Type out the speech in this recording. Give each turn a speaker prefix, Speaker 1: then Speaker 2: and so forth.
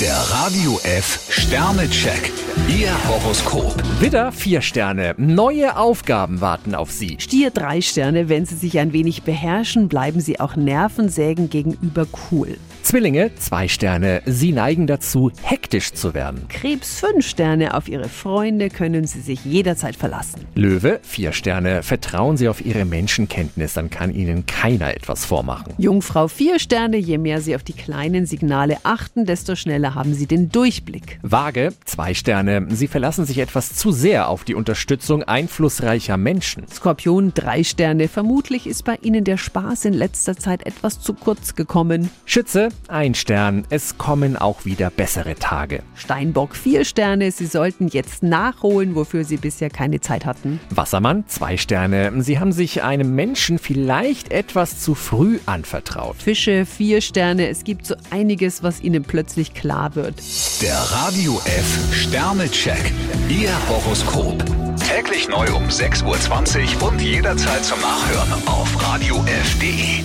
Speaker 1: Der Radio F Sternecheck. Ihr Horoskop.
Speaker 2: Widder, vier Sterne. Neue Aufgaben warten auf Sie.
Speaker 3: Stier drei Sterne, wenn Sie sich ein wenig beherrschen, bleiben Sie auch Nervensägen gegenüber cool.
Speaker 2: Zwillinge, zwei Sterne. Sie neigen dazu, hektisch zu werden.
Speaker 3: Krebs fünf Sterne, auf Ihre Freunde können Sie sich jederzeit verlassen.
Speaker 2: Löwe, vier Sterne. Vertrauen Sie auf Ihre Menschenkenntnis, dann kann Ihnen keiner etwas vormachen.
Speaker 3: Jungfrau vier Sterne, je mehr Sie auf die kleinen Signale achten, desto schneller haben Sie den Durchblick.
Speaker 2: Waage, zwei Sterne. Sie verlassen sich etwas zu sehr auf die Unterstützung einflussreicher Menschen.
Speaker 3: Skorpion drei Sterne, vermutlich ist bei Ihnen der Spaß in letzter Zeit etwas zu kurz gekommen.
Speaker 2: Schütze, ein Stern. Es kommen auch wieder bessere Tage.
Speaker 3: Steinbock vier Sterne, Sie sollten jetzt nachholen, wofür Sie bisher keine Zeit hatten.
Speaker 2: Wassermann, zwei Sterne. Sie haben sich einem Menschen vielleicht etwas zu früh anvertraut.
Speaker 3: Fische vier Sterne, es gibt so einiges, was Ihnen plötzlich klar wird.
Speaker 1: Der Radio F Sternecheck. Ihr Horoskop. Täglich neu um 6.20 Uhr und jederzeit zum Nachhören auf Radio E. radiof.de.